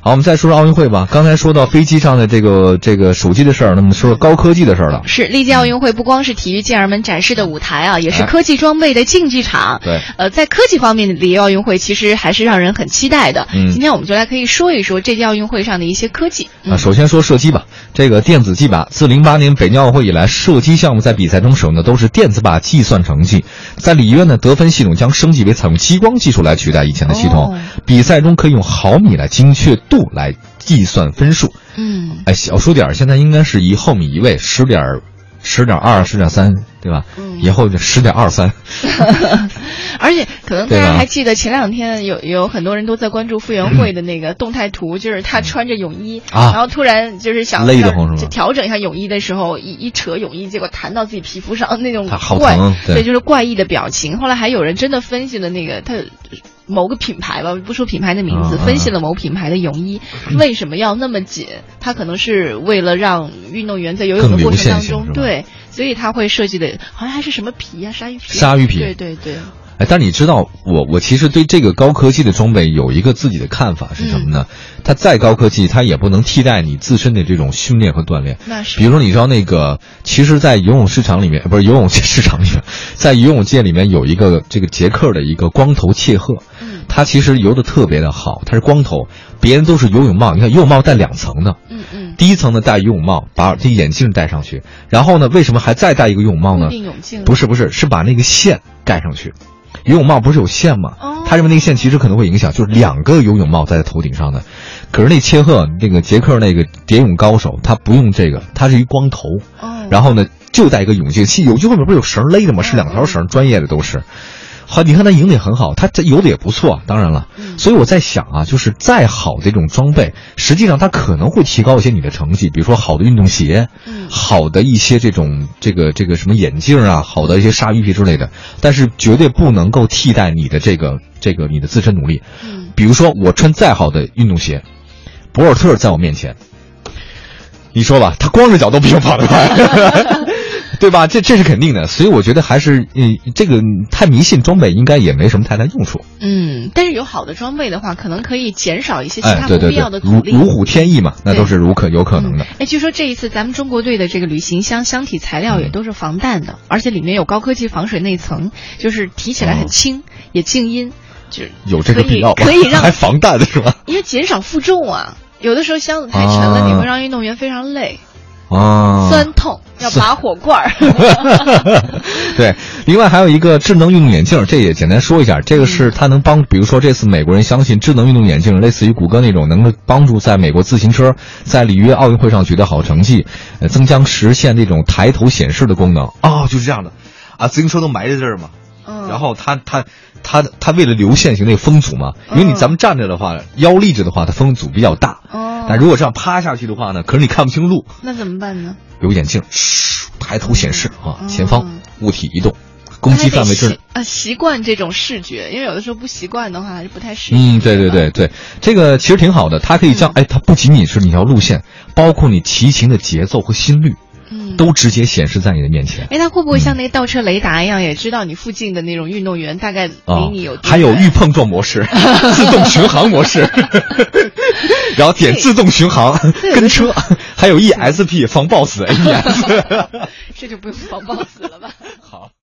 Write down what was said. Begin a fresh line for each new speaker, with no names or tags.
好，我们再说说奥运会吧。刚才说到飞机上的这个这个手机的事儿，那么说说高科技的事儿了。
是历届奥运会不光是体育健儿们展示的舞台啊，也是科技装备的竞技场。
哎对
呃，在科技方面，里约奥运会其实还是让人很期待的。
嗯
今天我们就来可以说一说这届奥运会上的一些科技。
啊，首先说射击吧，这个电子计靶，自零八年北京奥运会以来，射击项目在比赛中使用的都是电子靶计算成绩。在里约呢，得分系统将升级为采用激光技术来取代以前的系统，
哦
比赛中可以用毫米来精确度来计算分数。
嗯，
哎，小数点儿现在应该是一毫米一位，十点十点二、十点三，对吧？
嗯
以后就十点二三。
而且可能大
对
家
吧嗯
还记得前两天有有很多人都在关注傅园慧的那个动态图，就是她穿着泳衣，
啊
然后突然就是想
勒得
让
慌是吧
就调整一下泳衣的时候，一一扯泳衣，结果弹到自己皮肤上那种
她好
怪
疼啊对
就是怪异的表情。后来还有人真的分析了那个他。某个品牌吧，不说品牌的名字，
嗯嗯嗯
分析了某品牌的泳衣为什么要那么紧？它可能是为了让运动员在游泳
更
的
流
过程
线
当
型
中，
是吧
对，所以他会设计的，好像还是什么皮呀、鲨鱼皮啊、
鲨鱼皮
对对对。
哎，但你知道我我其实对这个高科技的装备有一个自己的看法是什么呢？它再高科技，它也不能替代你自身的这种训练和锻炼。
那是
比如说，你知道那个，其实，在游泳市场里面，不是游泳界市场里面，在游泳界里面有一个这个捷克的一个光头切赫，
嗯
他其实游得特别的好，他是光头，别人都是游泳帽，你看游泳帽戴两层的，
嗯嗯，
第一层呢戴游泳帽，把这眼镜戴上去，然后呢，为什么还再戴一个游泳帽
固
呢？
定泳镜
不
是
是不是，是把那个线盖上去。游泳帽不是有线吗？
哦
他认为那个线其实可能会影响，就是两个游泳帽在头顶上的。可是那切赫那个捷克那个蝶泳高手，他不用这个，他是一光头，
哦，
然后呢就戴一个泳镜，其泳镜后面不是有绳勒的吗？是两条绳，专业的都是。好，你看他赢得也很好，他这游的也不错，当然了。
嗯
所以我在想啊，就是再好的这种装备，实际上它可能会提高一些你的成绩，比如说好的运动鞋，
嗯
好的一些这种这个这个什么眼镜啊，好的一些鲨鱼皮之类的，但是绝对不能够替代你的这个这个你的自身努力。
嗯
比如说我穿再好的运动鞋，博尔特在我面前，你说吧，他光着脚都比我跑得快。对吧？这这是肯定的，所以我觉得还是，嗯，这个太迷信装备，应该也没什么太大用处。
嗯，但是有好的装备的话，可能可以减少一些其
哎
他，
对
不
对
必
对
要的，阻
如
力。
如虎添翼嘛，那都是如可有可能的
嗯。哎，据说这一次咱们中国队的这个旅行箱箱体材
嗯
料也都是防弹的，而且里面有高科技防水内层，就是提起来很轻，也静音，就是
哦有这个必要吗？
可以可以 让
还防弹的是吧？
因为减少负重啊。有的时候箱子太沉了，
啊
你会让运动员非常累、
啊，
酸痛，要拔火罐儿。
对，另外还有一个智能运动眼镜，这也简单说一下，这个
嗯
是它能帮，比如说这次美国人相信智能运动眼镜，类似于谷歌那种，能够帮助在美国自行车在里约奥运会上取得好成绩，呃，增强实现那种抬头显示的功能。哦，就是这样的，啊，自行车都埋在这儿嘛，
嗯，
然后它它它它为了流线型那个风阻嘛，因为你
嗯
咱们站着的话，腰立着的话，它风阻比较大，
哦，
但如果这样趴下去的话呢，可是你看不清路。
那怎么办呢？
有眼镜，嘘，抬头显示啊，
嗯
前方物体移动，攻击范围之
还
内
得习。啊，习惯这种视觉，因为有的时候不习惯的话还是不太适应。
嗯，对对对对，这个其实挺好的，它可以
嗯
将哎，它不仅仅是你一条路线，包括你骑行的节奏和心率，
嗯，
都直接显示在你的面前。
哎，它会不会像那个倒车雷达一样，也知道你附近的那种运动员大概离
啊
你有多远？
还有预碰撞模 式、自动巡航模式，然后点自动巡航
对
E 跟车，还有 ESP 防抱死 E ABS。
这就不用防抱死了吧？